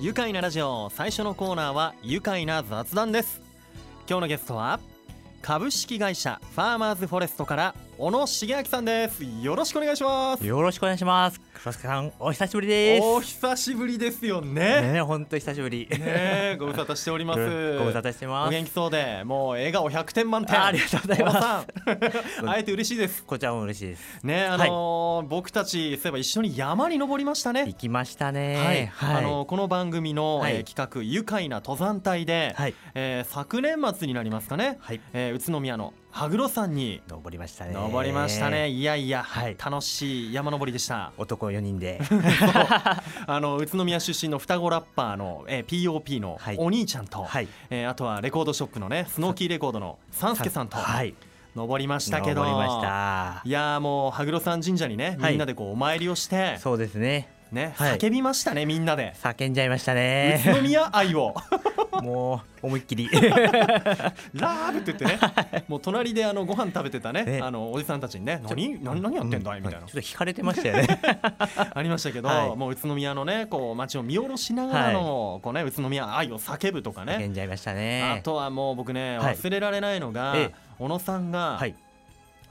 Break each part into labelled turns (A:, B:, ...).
A: 愉快なラジオ最初のコーナーは愉快な雑談です今日のゲストは株式会社ファーマーズフォレストから小野茂明さんですよろしくお願いします
B: よろしくお願いします。黒助さん、お久しぶりです。
A: お久しぶりですよね
B: ねえ、本当久しぶり。
A: ねえご無沙汰しております
B: うん ご無沙汰して
A: お
B: ます。
A: 元気そうでもう笑顔100点満点
B: あありがとうございます
A: 小野さん会えて嬉しいです
B: こちらも嬉しいです。
A: ねあのー僕たちそういえば一緒に山に登りましたね
B: 行きましたね。
A: はい、あのこの番組の、
B: はい
A: えー企画「愉快な登山隊で」
B: はい
A: えー昨年末になりますかね、
B: はい
A: えー宇都宮の羽黒山に
B: 登りましたね。
A: 登りましたね、。いやいや、
B: はい
A: 楽しい山登りでした
B: 男四人 で。
A: あの宇都宮出身の双子ラッパーの、えー POP の
B: はい
A: お兄ちゃんと、
B: はい。
A: えーあとはレコードショップのねスノーキーレコードの三助さんと
B: はい。
A: 登りましたけど、
B: 登りました
A: い。やーもう羽黒山神社にね
B: はい
A: みんなでこうお参りをして、
B: そうですね。
A: ね、
B: はい
A: 叫びましたねみんなで。
B: 叫んじゃいました
A: 宇
B: ね。
A: 都宮愛を
B: もう思いっきり。
A: ラーブって言ってねもう隣であのご飯食べてたね
B: ね
A: あのおじさんたちにね何何何やってんだいみたいな
B: ちょっと惹かれてましたよ ね。
A: ありましたけど、
B: はい
A: もう宇都宮のねこう街を見下ろしながらの、こうね宇都宮愛を叫ぶとか
B: 叫
A: ね、
B: んじゃいましたね。
A: あとはもう僕ね
B: はい
A: 忘れられないのが、
B: ええ
A: 小野さんが
B: はい。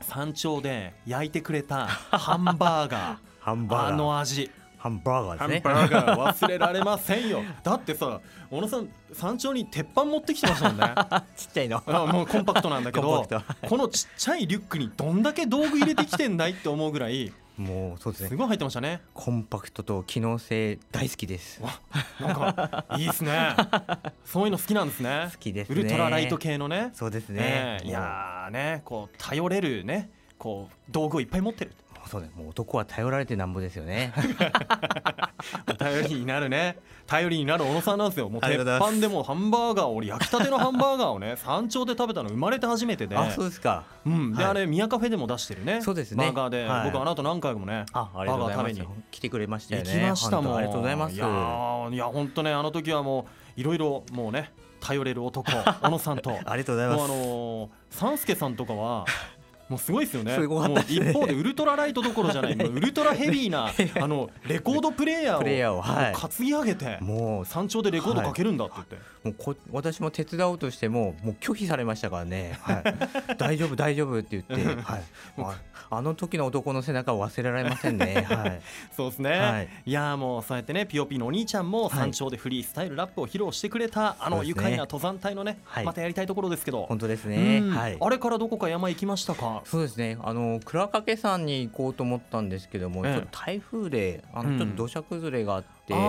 A: 山頂で焼いてくれ たハンバーガ
B: ハン
A: ーあ
B: バーガー。
A: の味
B: ハンバーガ
A: ハン
B: ーですね。
A: バーガー忘れられませんよだってさ小野さん山頂に鉄板持ってきてましたもんね
B: ちっちゃいの。
A: あもうコンパクトなんだけ
B: コ
A: ど
B: ンパク
A: このちっちゃいリュックにどんだけ道具入れてきてんだいって思うぐらい
B: もうそうです
A: す
B: ね。
A: ごい入ってましたね
B: コンパクトと機能性大好きです。好
A: なんかいいですねそういうの好きなんですね
B: きです
A: ウ
B: ね。
A: ルトラライト系のね
B: そうですね
A: ね。えいやーねこう頼れるねこう道具をいっぱい持ってる
B: もうそうね。もう男は頼られてなんぼですよね。
A: 頼りになるね頼りになる小野さんなんですよもう
B: あり
A: 鉄
B: がとうございま
A: 板
B: す
A: でもうハンバーガーを俺焼きたてのハンバーガーをね山頂で食べたの生まれて初めてで
B: あ、そうですか。
A: うん、で、
B: はい
A: あれ宮カフェでも出してるね
B: そうですね
A: バーガーで、
B: はい
A: 僕あの後何回もね
B: あ、ありがとうござい
A: バーガー
B: ま
A: 食
B: す
A: べに。
B: 来てくれましたよ
A: 行
B: ね。
A: きましたもん
B: 本当ありがとうございます。
A: いやーいや本当ねあの時はもういろいろもうね頼れる 男小野さんともう
B: ありがとうご
A: あ
B: ざいます。
A: のー、三助さんとかはもうすごいですよね
B: すごかったですね
A: もう一方でウルトラライトどころじゃ ないもうウルトラヘビーなあのレコードプレイヤーを
B: プレイヤーをは
A: も
B: い
A: う担ぎ上げて
B: もうさ
A: 山頂でレコードかけるんだって言って、
B: もうこ私も手伝おうとしてももう拒否されましたからね、 はい、大丈夫大丈夫って言って、はい、ああの時の男の背中を忘れられませんね、 はい、
A: そうですね、
B: はいい、
A: やーもうそうやってねピオピのお兄ちゃんも
B: はい
A: 山頂でフリースタイルラップを披露してくれた、あ
B: そう
A: の
B: で
A: 愉
B: すね
A: 快な登山隊のね、
B: はい
A: またやりたいところですけど、
B: 本当ですね、
A: うん
B: はい、
A: あれからどこか山行きましたか
B: そうですね。あの倉掛さんに行こうと思ったんですけども、
A: ええ
B: ちょっと台風であの、
A: うん
B: ちょっと土砂崩れがあって、
A: あー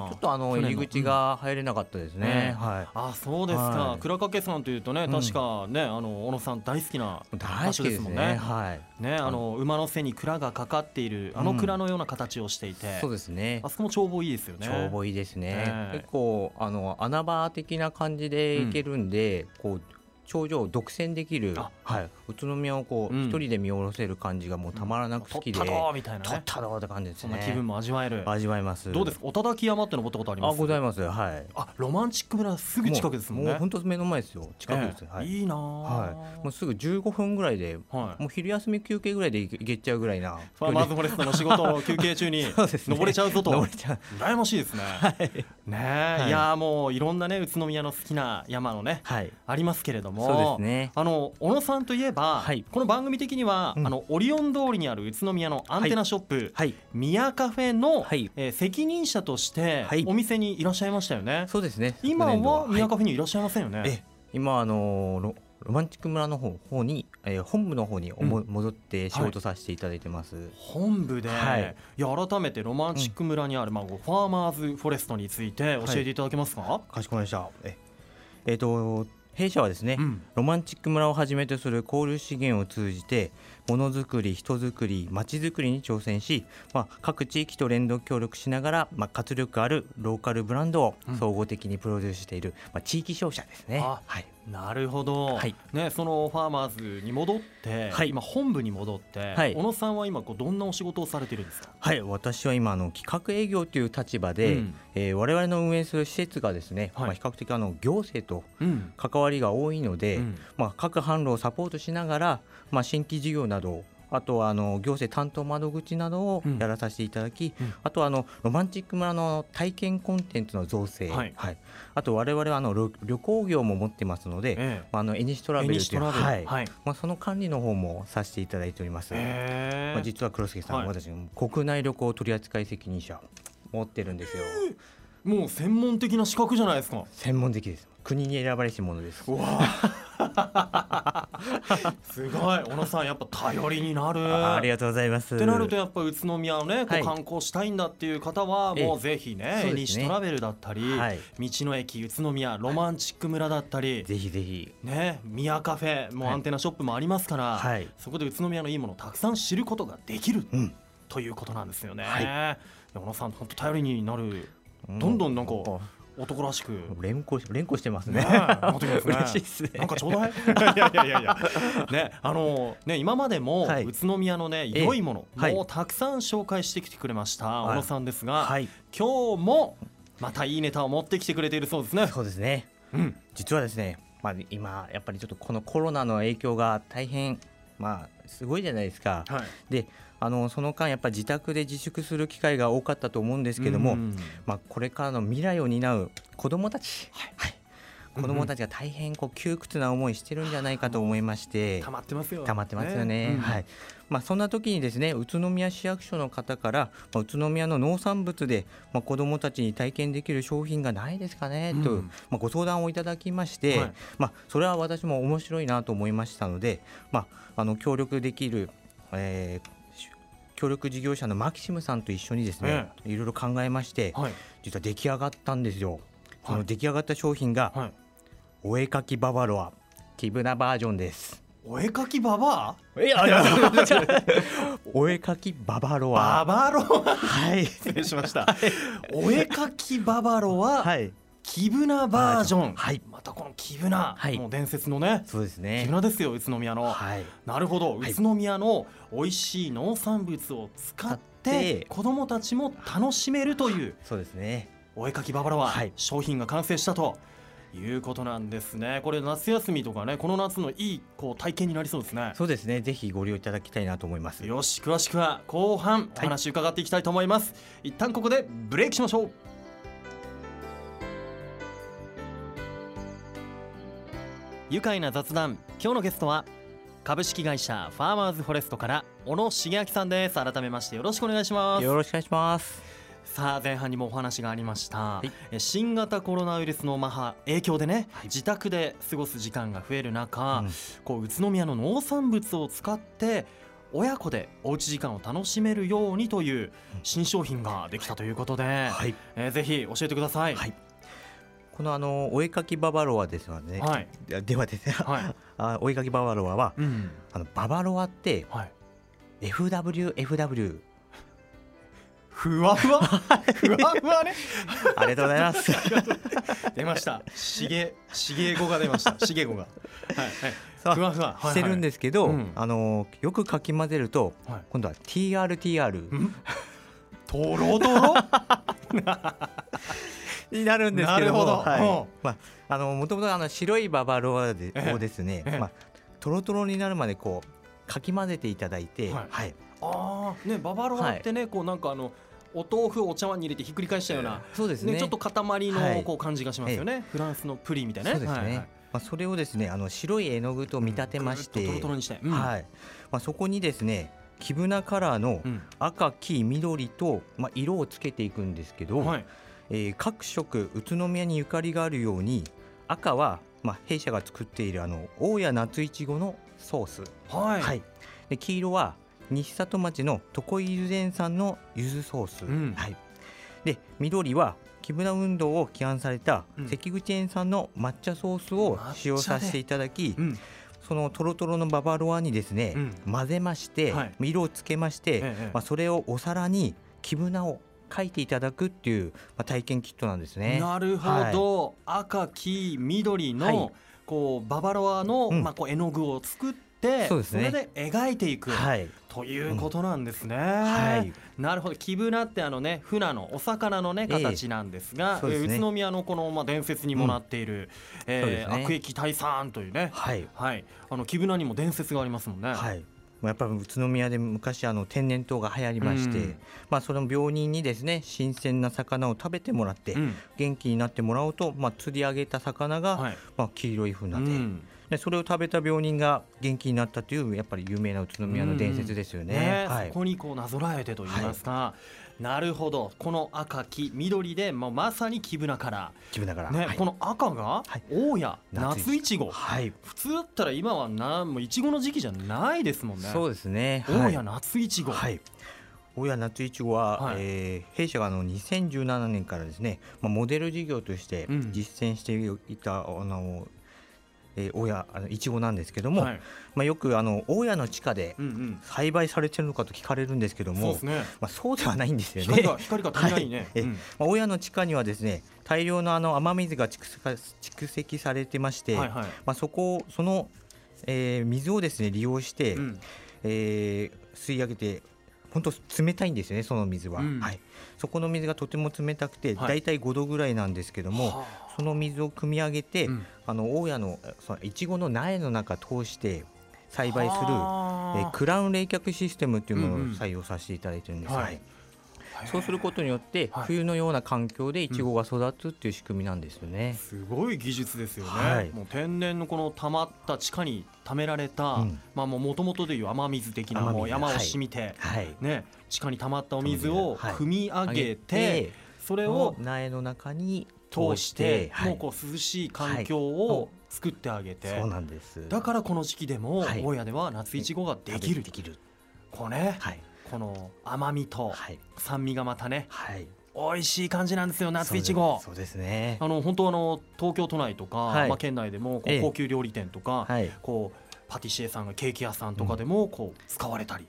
B: はい、ちょっとあの
A: 去年の
B: 入り口が入れなかったですね。
A: うん
B: はい。
A: あそうですか、
B: はい
A: 倉掛さんというとね
B: うん
A: 確かね、あの小野さん大好きな
B: 大
A: 場
B: 好
A: 所
B: き
A: で
B: ですす
A: も
B: ね。
A: んね
B: は
A: ねあの馬の背に蔵がかかっているあの蔵のような形をしていて
B: い。、そうですね
A: あ。そこも眺望いいですよね
B: 眺望いいですね。
A: ね
B: 結構あの穴場的な感じで行けるんで、こう頂上を独占できる
A: あ、
B: はい、宇都宮をこう
A: うん
B: 一、人で見下ろせる感じがもうたまらなく好きで、
A: 撮ったどーみたいな
B: 撮っ
A: ね
B: たどーって感じです
A: そん
B: ね。
A: な気分も味わえる
B: 味わいます。
A: どうですかおたたき山って登ったことあり
B: あ
A: ます
B: ございます。はい。
A: あロマンチック村すぐ近くですもん
B: う
A: ね
B: う本当目の前ですよ。近くです。
A: ええ
B: はい。
A: い、いな
B: はい。も
A: は
B: うすぐ15分ぐらい
A: い、
B: で、
A: はい、
B: もう昼休み休憩ぐらいで行け行けちゃうぐらいな。
A: ファーマーズフォレストの仕事を休憩中に
B: そうですね
A: 登れちゃうぞと
B: 登れちゃう。
A: 羨ましいですね、ねえ、
B: はい
A: い、やーもういろんなね宇都宮の好きな山のね
B: はい。
A: ありますけれども
B: そうですね。
A: あの小野さんといえば、
B: はい
A: この番組的には、
B: うん
A: あのオリオン通りにある宇都宮のアンテナショップ、
B: はい。
A: ミヤカフェの、
B: はい
A: えー責任者として
B: はい
A: お店にいらっしゃいましたよね、
B: そうですね。
A: 今
B: 昨年度
A: はミヤ
B: い
A: カフェにいらっしゃいませんよね、
B: ええ今あのーロロマンチック村の方方に、えー本部の方におも、
A: う
B: 戻って仕事させていただいてます。
A: 本部で、
B: はい
A: い、や改めてロマンチック村にある、まあ、ファーマーズフォレストについて教えていただけますか、
B: かしこまりました。ええーと弊社はですね、
A: うん
B: ロマンチック村をはじめとする交流資源を通じてものづくり人づくりまちづくりに挑戦し、まあ、各地域と連動協力しながら、まあ、活力あるローカルブランドを
A: うん
B: 総合的にプロデュースしている、まあ、地域商社ですね。
A: あ
B: はい、
A: なるほど、
B: はい
A: ね、そのファーマーズに戻って、
B: はい
A: 今本部に戻って、
B: はい
A: 小野さんは今こうどんなお仕事をされてるんですか
B: はい、私は今あの企画営業という立場で、
A: うん
B: えー我々の運営する施設がですね、
A: はい
B: まあ、比較的あの行政と
A: うん
B: 関わりが多いので、
A: うん
B: まあ、各販路をサポートしながら、まあ、新規事業などをあとはあの行政担当窓口などを
A: うん
B: やらさせていただき、
A: うん
B: あとはあのロマンチック村の体験コンテンツの造成、
A: はい
B: あと我々はあの旅旅行業も持ってますので、
A: え
B: まああのエニシト
A: え
B: ラ
A: エ
B: ベ
A: ニ
B: ル
A: シ
B: とい
A: ト
B: う
A: ラベル
B: はい
A: はい
B: まあ、その管理の方もさせていただいております。
A: ええ
B: まあ、実は黒杉さん、
A: はい
B: 私国内旅行取扱責任者持ってるんですよ。
A: もう専門的な資格じゃないですか
B: 専門的です。国に選ばれし者です。
A: わあすごい小野さんやっぱ頼りになる
B: あありがとうございます。
A: ってなるとやっぱ宇都宮をねこ
B: は
A: う
B: い
A: 観光したいんだっていう方は
B: ええ
A: もうぜひね
B: そうですね
A: エニシトラベルだったり
B: はい
A: 道の駅宇都宮ロマンチック村だったり
B: ぜひぜひ。
A: ね宮カフェもう
B: はい
A: アンテナショップもありますから
B: はい
A: そこで宇都宮のいいものをたくさん知ることができる
B: うん。
A: ということなんですよね。
B: はい
A: で小野さん本当頼りになるどんどんなんか男らしく。
B: 連呼し連呼してます
A: ね
B: ね。
A: え本当にですね
B: 嬉しいですね。
A: なんかちょう だいいやいやいやいや、ね、あのね今までも
B: はい
A: 宇都宮のね
B: ええ
A: 良いもの
B: はい
A: もうたくさん紹介してきてくれました
B: はい
A: 小野さんですが、
B: はい。
A: 今日もまたいいネタを持ってきてくれているそうですね。
B: そうですね。
A: うん、
B: 実はですね、まあ今やっぱりちょっとこのコロナの影響が大変まあすごいじゃないですか。
A: はい。
B: で、あのその間やっぱり自宅で自粛する機会が多かったと思うんですけど
A: う
B: も、
A: ん
B: まあ、これからの未来を担う子どもたち、はい
A: うんうん
B: 子どもたちが大変こう窮屈な思いしてるんじゃないかと思いまして、
A: 溜まってますよ。
B: 溜まってますよね。
A: うん
B: はいまあ、そんな時にですね宇都宮市役所の方から、まあ、宇都宮の農産物で、まあ、子どもたちに体験できる商品がないですかねと、
A: うん
B: まあ、ご相談をいただきまして、
A: はい
B: まあ、それは私も面白いなと思いましたので、まあ、あの協力できる、えーし協力事業者のマキシムさんと一緒にですね、いろいろ考えまして、
A: はい。
B: 実は出来上がったんですよ、
A: はい
B: その出来上がった商品が、
A: はい。
B: お絵かきババロアキブナバージョンです
A: お絵かきババ
B: え あやお絵かきババロ
A: ア。ババ
B: ア
A: ロア。
B: はい
A: 失礼しました。お絵かきババロは
B: はい
A: キブナバージョン。
B: はい
A: またこのキブナ
B: はい
A: もう伝説のね。
B: そうです
A: キ
B: ね
A: ブナですよ宇都宮の。
B: はい
A: なるほど、
B: はい
A: 宇都宮の美味しい農産物を使っ
B: 使ってて
A: 子どもたちも楽しめるという
B: そうですね
A: お絵かきババロは
B: はい
A: 商品が完成したということなんですねこれ夏休みとかねこの夏のいいこう体験になりそうですね
B: そうですねぜひご利用いただきたいなと思います
A: よし詳しくは後半お話伺っていきたいと思います、一旦ここでブレイクしましょう愉快な雑談今日のゲストは株式会社ファーマーズフォレストから小野茂明さんです改めましてよろしくお願いします
B: よろしくお願いします
A: さあ前半にもお話がありました、
B: い
A: え新型コロナウイルスのまあ影響でね、自宅で過ごす時間が増える中、
B: うん
A: こう宇都宮の農産物を使って親子でおうち時間を楽しめるようにという新商品ができたということで、
B: はい
A: えーぜひ教えてください。
B: はいこのあのお絵かきババロアですのでね、
A: はい
B: でではですね、
A: はい
B: あお絵かきババロアは
A: うん
B: あのババロアって
A: はい、
B: FWFW
A: ふわふわふわふわね
B: ありがとうございます
A: 出ましたしげしげ語が出ましたしげ語がはい、
B: そ
A: はい、
B: う
A: ふわふわ
B: してるん
A: で、
B: ですけど、
A: うん
B: あのよくかき混ぜると
A: はいはい
B: 今度は TRTR
A: んとろとろ
B: になるんですけど
A: な
B: も
A: るほど
B: はい
A: うん
B: まああの元々あの白いババロアで
A: ええ
B: をですね、
A: ええ
B: まあトロトロになるまでこうかき混ぜていただいて、
A: は
B: はいい、
A: ああねババロアってね、こうなんかあのお豆腐をお茶碗に入れてひっくり返したような、
B: そうですね。
A: ねちょっと塊
B: は
A: の
B: い
A: こう感じがしますよね、フランスのプリンみたいな
B: そうですね。
A: はいはい
B: まあそれをですねあの白い絵の具と見立てまして、
A: ぐるっとトロトロにして、うん
B: はい。まあそこにですねキブナカラーの
A: うん
B: 赤黄緑とまあ色をつけていくんですけど、
A: はい
B: えー各色宇都宮にゆかりがあるように赤は、まあ、弊社が作っているあの大谷夏いちごのソース、
A: はい、
B: はいで黄色は西里町の常井ゆず園産のゆずソース、
A: うん
B: はい、で緑は木村運動を起案された
A: うん
B: 関口園産の抹茶ソースを使用させていただき、
A: うん
B: そのとろとろのババロアにですね、
A: うん
B: 混ぜまして、
A: はい
B: 色をつけまして、
A: ええ
B: まあ、それをお皿に木舟を書いていただくっていう、まあ、体験キットなんですね。
A: なるほど、赤黄緑の、
B: はい
A: こうババロアの、
B: うん
A: まあこう絵の具を作って
B: そうですね
A: れで描いていく、
B: はい、
A: ということなんですね、
B: はい
A: なるほどキブナってあのね船のお魚のね
B: ええ
A: 形なんですが、
B: そうですね
A: 宇都宮のこのまあ伝説にもなっている、え
B: そう
A: ー
B: ですね
A: 悪役退散というね
B: はい、
A: はいあのキブナにも伝説がありますもんね、
B: はい、まあ、やっぱり宇都宮で昔あの天然痘が流行りまして、
A: うん
B: まあ、その病人にですね新鮮な魚を食べてもらって、
A: うん
B: 元気になってもらおうと、まあ、釣り上げた魚が、
A: はい
B: まあ、黄色い船で,、
A: うん
B: でそれを食べた病人が元気になったというやっぱり有名な宇都宮の伝説ですよね。
A: ね
B: はい
A: そこにこうなぞらえてと言いますか、なるほどこの赤黄緑でもうまさに木舟から、
B: 自分だから、
A: ね
B: はい
A: この赤が
B: はい
A: 大家、夏
B: 夏
A: いちご
B: はい
A: 普通だったら今はなもういちごの時期じゃないですもんね
B: そうですね。
A: 大
B: は
A: 家
B: い
A: 夏いちご、
B: はい。大谷夏いちごは、
A: はい
B: えー弊社があの2017年からですね、まあ、モデル事業として
A: うん
B: 実践していた、あの、えー、大谷あのいちごなんですけども、
A: はい
B: まあ、よくあの大谷の地下で
A: うんうん
B: 栽培されてるのかと聞かれるんですけど
A: そう
B: も
A: ですね
B: まあ、そうではないんですよね。
A: 光が光が足りないね、
B: え
A: うん
B: まあ、大家の地下にはですね大量のあの雨水が蓄積蓄積されてまして、
A: はいはい
B: まあ、そこをその、えー水をですね利用して、
A: うん
B: えー吸い上げて本当冷たいんですよねその水は、
A: うん
B: はい、そこの水がとても冷たくて、
A: はい
B: 大体5度ぐらいなんですけども、
A: はあ
B: その水を汲み上げて、
A: うん
B: あの大家のそのいちごの苗の中通して栽培する、
A: はあ
B: えークラウン冷却システムというものを
A: うんうん
B: 採用させていただいてるんです、
A: はい
B: はいそうすることによって
A: はい
B: 冬のような環境でいちごが育つっていう仕組みなんですよね。
A: すごい技術ですよね、
B: はい
A: もう天然のこの溜まった地下に溜められた、
B: うん
A: まあもともとでいう雨水的な
B: 雨水
A: もう山を
B: はい
A: 染みて、
B: はい。
A: ね、地下に溜まったお水を
B: はい
A: 汲み上げて、それ
B: を
A: を
B: 苗の中に
A: 通して
B: はい
A: もうこう涼しい環境を作ってあげて、
B: そうなんです。
A: だからこの時期でも
B: はい
A: 大家では夏いちごができる、
B: できる。
A: こうね、
B: はい
A: この甘みと
B: はい
A: 酸味がまたね
B: はい。
A: 美味しい感じなんですよ夏いちご。
B: そうですそうですね。
A: あの本当あの東京都内とか、
B: はい
A: まあ、県内でもこ
B: え
A: う
B: え
A: 高級料理店とか、
B: はい。
A: こうパティシエさんがケーキ屋さんとかでもこう使われたり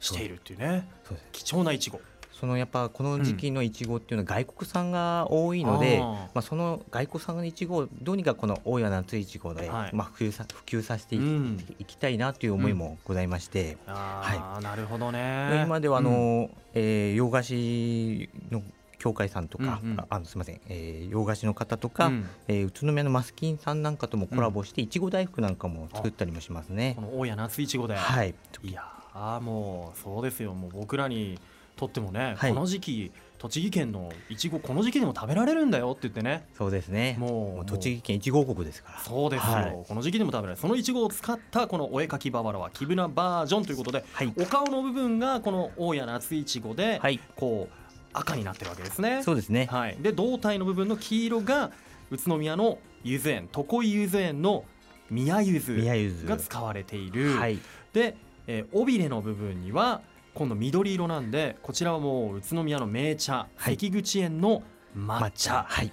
A: しているっていうね、
B: そうです
A: 貴重ないちご
B: そのやっぱこの時期のいちごっていうのは外国産が多いので、
A: あー
B: まあその外国産のいちごをどうにかこの大谷夏いちごで、
A: はい
B: まあ普及さ普及させていき,、
A: うん
B: たいなという思いもございまして、
A: ああ、なるほどね
B: 今ではあ
A: うん
B: の、えー洋菓子の協会さんとか、
A: うんうん
B: ああのすみません、えー洋菓子の方とか、
A: うん
B: えー宇都宮のマスキンさんなんかともコラボして、いちご大福なんかも作ったりもしますね
A: こ。の大家夏いちごで、
B: はい、
A: い、やーもうそうですよもう僕らにとってもね、
B: はい
A: この時期栃木県のいちごこの時期でも食べられるんだよって言ってね
B: そうですね。も
A: もう
B: う栃木県いちご王国ですから。
A: そうですよ、
B: はい
A: この時期でも食べられるそのいちごを使ったこのお絵かきババロはキブナバージョンということで、
B: はい
A: お顔の部分がこの大谷夏いちごで、
B: はい、
A: こう赤になってるわけですね
B: そうですね。
A: はい、で胴体の部分の黄色が宇都宮のゆず園床井ゆず園の宮ゆず
B: 宮ゆず。
A: が使われている、
B: はい、
A: で、えー尾びれの部分には今度緑色なんでこちらはもう宇都宮の名茶、
B: はい
A: 関口園の抹茶
B: 抹茶。はい、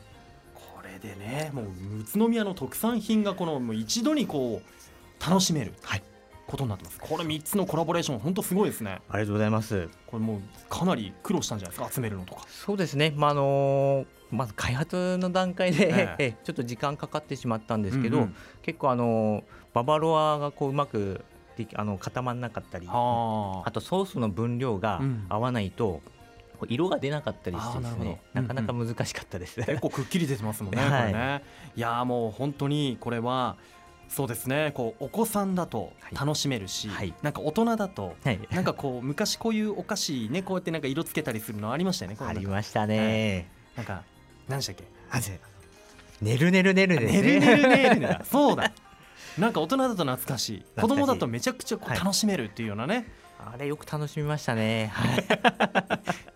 A: これでねもう宇都宮の特産品がこのもう一度にこう楽しめる
B: はい
A: ことになってます、これ3つのコラボレーション本当すごいですね
B: ありがとうございます。
A: これもうかなり苦労したんじゃないですか集めるのとか
B: そうですね。まああのーまず開発の段階で、
A: え
B: えちょっと時間かかってしまったんですけど、
A: うんうん
B: 結構あのーババロアがこううまくできあの固まらなかったり、あ
A: はあ
B: とソースの分量が
A: うん
B: 合わないと、こう色が出なかったりしてです
A: あーなる
B: ね、
A: ほど
B: なかなか難しかったです。
A: 結構くっきり出てますもんね、
B: はい
A: これねいやーもう本当にこれはそうですねこうお子さんだと楽しめるし、
B: はいはい
A: なんか大人だと
B: はい、
A: なんかこう昔こういうお菓子ねこうやってなんか色つけたりするのありましたよねこう
B: あ
A: なん
B: り
A: か
B: ましたね。
A: なんか何でしたっけ
B: あじゃあねるねるねるですね。
A: ねるねるねるねだそう だなんか大人だと懐かしい子
B: 懐かしい
A: 供だとめちゃくちゃこう
B: はい
A: 楽しめるっていうようなね、
B: あれよく楽しみましたね。はい、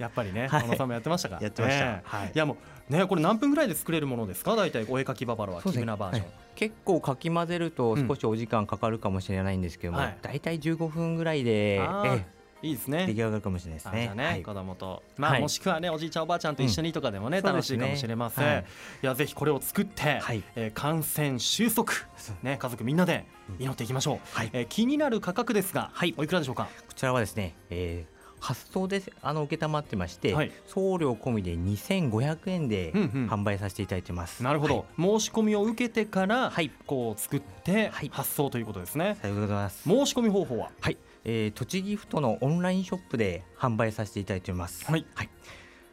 A: やっぱりね
B: はい
A: 小野さんもやってましたか
B: やってました
A: ね
B: はい
A: いやもうねこれ何分ぐらいで作れるものですか大体お絵かきババロは
B: そう
A: キ
B: で
A: ブ
B: すね
A: ナバージョン、
B: は結構かき混ぜると
A: うん
B: 少しお時間かかるかもしれないんですけども、
A: はい
B: だいたい15分ぐらいで、
A: あー
B: え
A: いいです
B: え
A: ね
B: 出来上がるかもしれないです
A: あ
B: ね。
A: じゃあね、
B: はい
A: 子供と、まあ
B: はい
A: もしくはねおじいちゃんおばあちゃんと一緒にとかでもね、
B: うん
A: 楽し
B: そう
A: い
B: ですね
A: かもしれません、
B: はい
A: い、やぜひこれを作って、
B: はい
A: えー感染収束
B: そう
A: ね家族みんなで祈っていきましょう、
B: はい
A: えー気になる価格ですが、はい、おいくらでしょうか
B: こちらはですね、えー発送であの受けたまってまして、
A: はい
B: 送料込みで2500円で
A: うんうん
B: 販売させていただいてます。
A: なるほど、申し込みを受けてから、
B: はい
A: こう作って
B: はい
A: 発送ということですね、
B: さようでございます。
A: 申し込み方法は
B: はい、えー栃木ふとのオンラインショップで販売させていただいております。
A: はい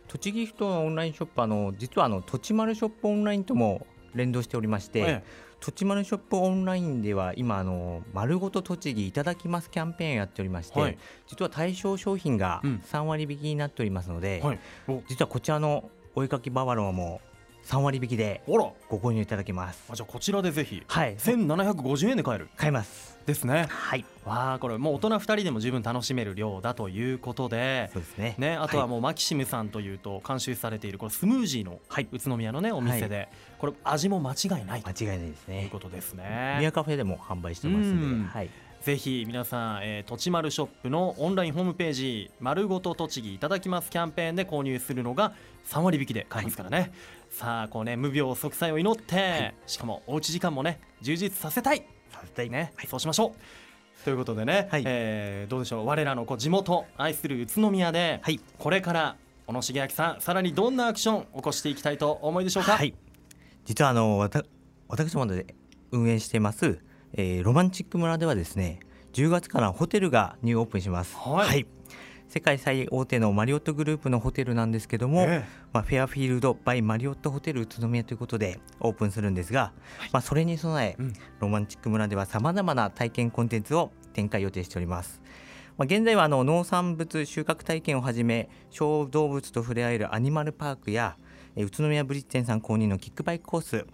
B: 栃木ふとのオンラインショップあの実はあの栃丸ショップオンラインとも連動しておりまして、
A: ええ
B: 土地マルショップオンラインでは今あの丸ごと栃木いただきますキャンペーンやっておりまして、
A: はい
B: 実は対象商品が
A: うん
B: 3割引きになっておりますので、
A: はいお
B: 実はこちらのお絵かきババロアも3割引きで
A: あら
B: ご購入いただけます
A: あじゃあこちらでぜひ
B: はい
A: 1750円で買える
B: 買います
A: ですね
B: はい
A: わあこれもう大人2人でも十分楽しめる量だということで
B: そうですね
A: ね、あとは
B: はい
A: もうマキシムさんというと監修されているこのスムージーの宇都宮のねお店で、これ味も間違いないと
B: 間違いないで
A: いう
B: すね
A: ことです
B: ミヤ
A: ね。
B: カフェでも販売してます
A: うん
B: ので、はい、
A: ぜひ皆さん、えー、とちまるショップのオンラインホームページ「まるごと栃木いただきます」キャンペーンで購入するのが3割引きで買えますからね、さあこうね無病息災を祈って、しかもおうち時間もね充実させたい
B: させたい
A: ね、そうしましょうということでね、
B: はい
A: えーどうでしょう我らのこう地元愛する宇都宮で、
B: はい
A: これから小野茂明さんさらにどんなアクションを起こしていきたいとお思いでしょうか、
B: はい、実はあのわた私どもで運営しています、えーロマンチック村ではですね10月からホテルがニューオープンします、
A: はい
B: 世界最大手のマリオットグループのホテルなんですけども、
A: ええ
B: まあ、フェアフィールド・バイ・マリオット・ホテル宇都宮ということでオープンするんですが、まあ、それに備え、
A: うん
B: ロマンチック村ではさまざまな体験コンテンツを展開予定しております。まあ、現在はあの農産物収穫体験をはじめ小動物と触れ合えるアニマルパークやえー宇都宮ブリッジェンさん公認のキックバイクコース、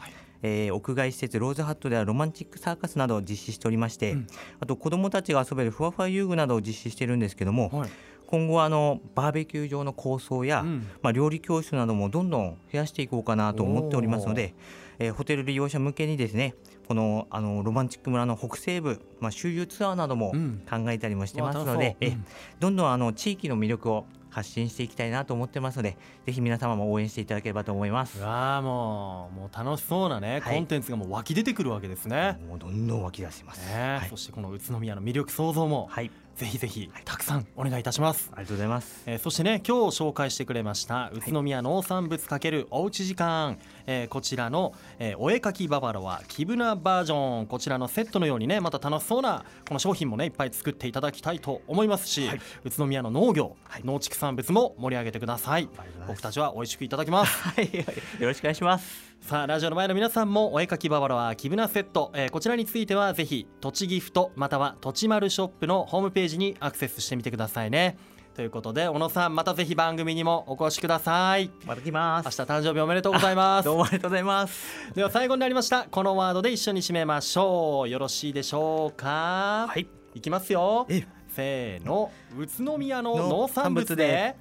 B: えー屋外施設ローズハットではロマンチックサーカスなどを実施しておりまして、
A: うん
B: あと子どもたちが遊べるふわふわ遊具などを実施しているんですけども、
A: はい
B: 今後はあのバーベキュー場の構想や、
A: うん
B: まあ、料理教室などもどんどん増やしていこうかなと思っておりますので、えーホテル利用者向けにですねこのあのロマンチック村の北西部、まあ、周遊ツアーなども
A: うん
B: 考えたりもしてます
A: うわ
B: の
A: 楽し
B: で
A: そ、う
B: え
A: うん
B: どんどんあの地域の魅力を発信していきたいなと思ってますのでぜひ皆様も応援していただければと思います
A: う。わあもうもう楽しそうなね、
B: はい
A: コンテンツがもう湧き出てくるわけですね。
B: もうどんどん湧き出してます。
A: ね
B: はい
A: そしてこの宇都宮の魅力創造も、
B: はい、
A: ぜひぜひたくさんお願いいたします。
B: ありがとうございます。
A: えーそしてね今日紹介してくれました宇都宮農産物×おうち時間、えーこちらの、えーお絵かきババロアキブナバージョンこちらのセットのようにねまた楽しそうなこの商品もねいっぱい作っていただきたいと思いますし、
B: はい
A: 宇都宮の農業、
B: はい
A: 農畜産物も盛り上げてください
B: ありがとうございます
A: 僕たちは美味しくいただきます
B: はい、よろしくお願いします。
A: さあラジオの前の皆さんもお絵かきババロアキブナセット、えーこちらについてはぜひ栃木ふとまたはとちまるショップのホームページにアクセスしてみてくださいねということで小野さんまたぜひ番組にもお越しください
B: また来ま
A: 明
B: す。
A: 日誕生日おめでとうございます
B: どうもありがとうございます。
A: では最後になりましたこのワードで一緒に締めましょうよろしいでしょうか
B: はい、
A: いきますよ
B: え
A: せーの宇都宮の
B: の
A: 農産物
B: 産
A: で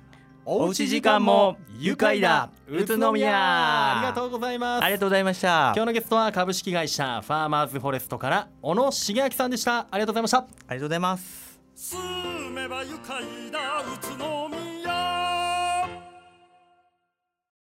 A: お
B: おうち時間も愉快だ宇都宮
A: ありがとうございます
B: ありがとうございました。
A: 今日のゲストは株式会社ファーマーズフォレストから小野茂明さんでしたありがとうございました
B: ありがとうございます。
C: 住めば愉快だ宇都宮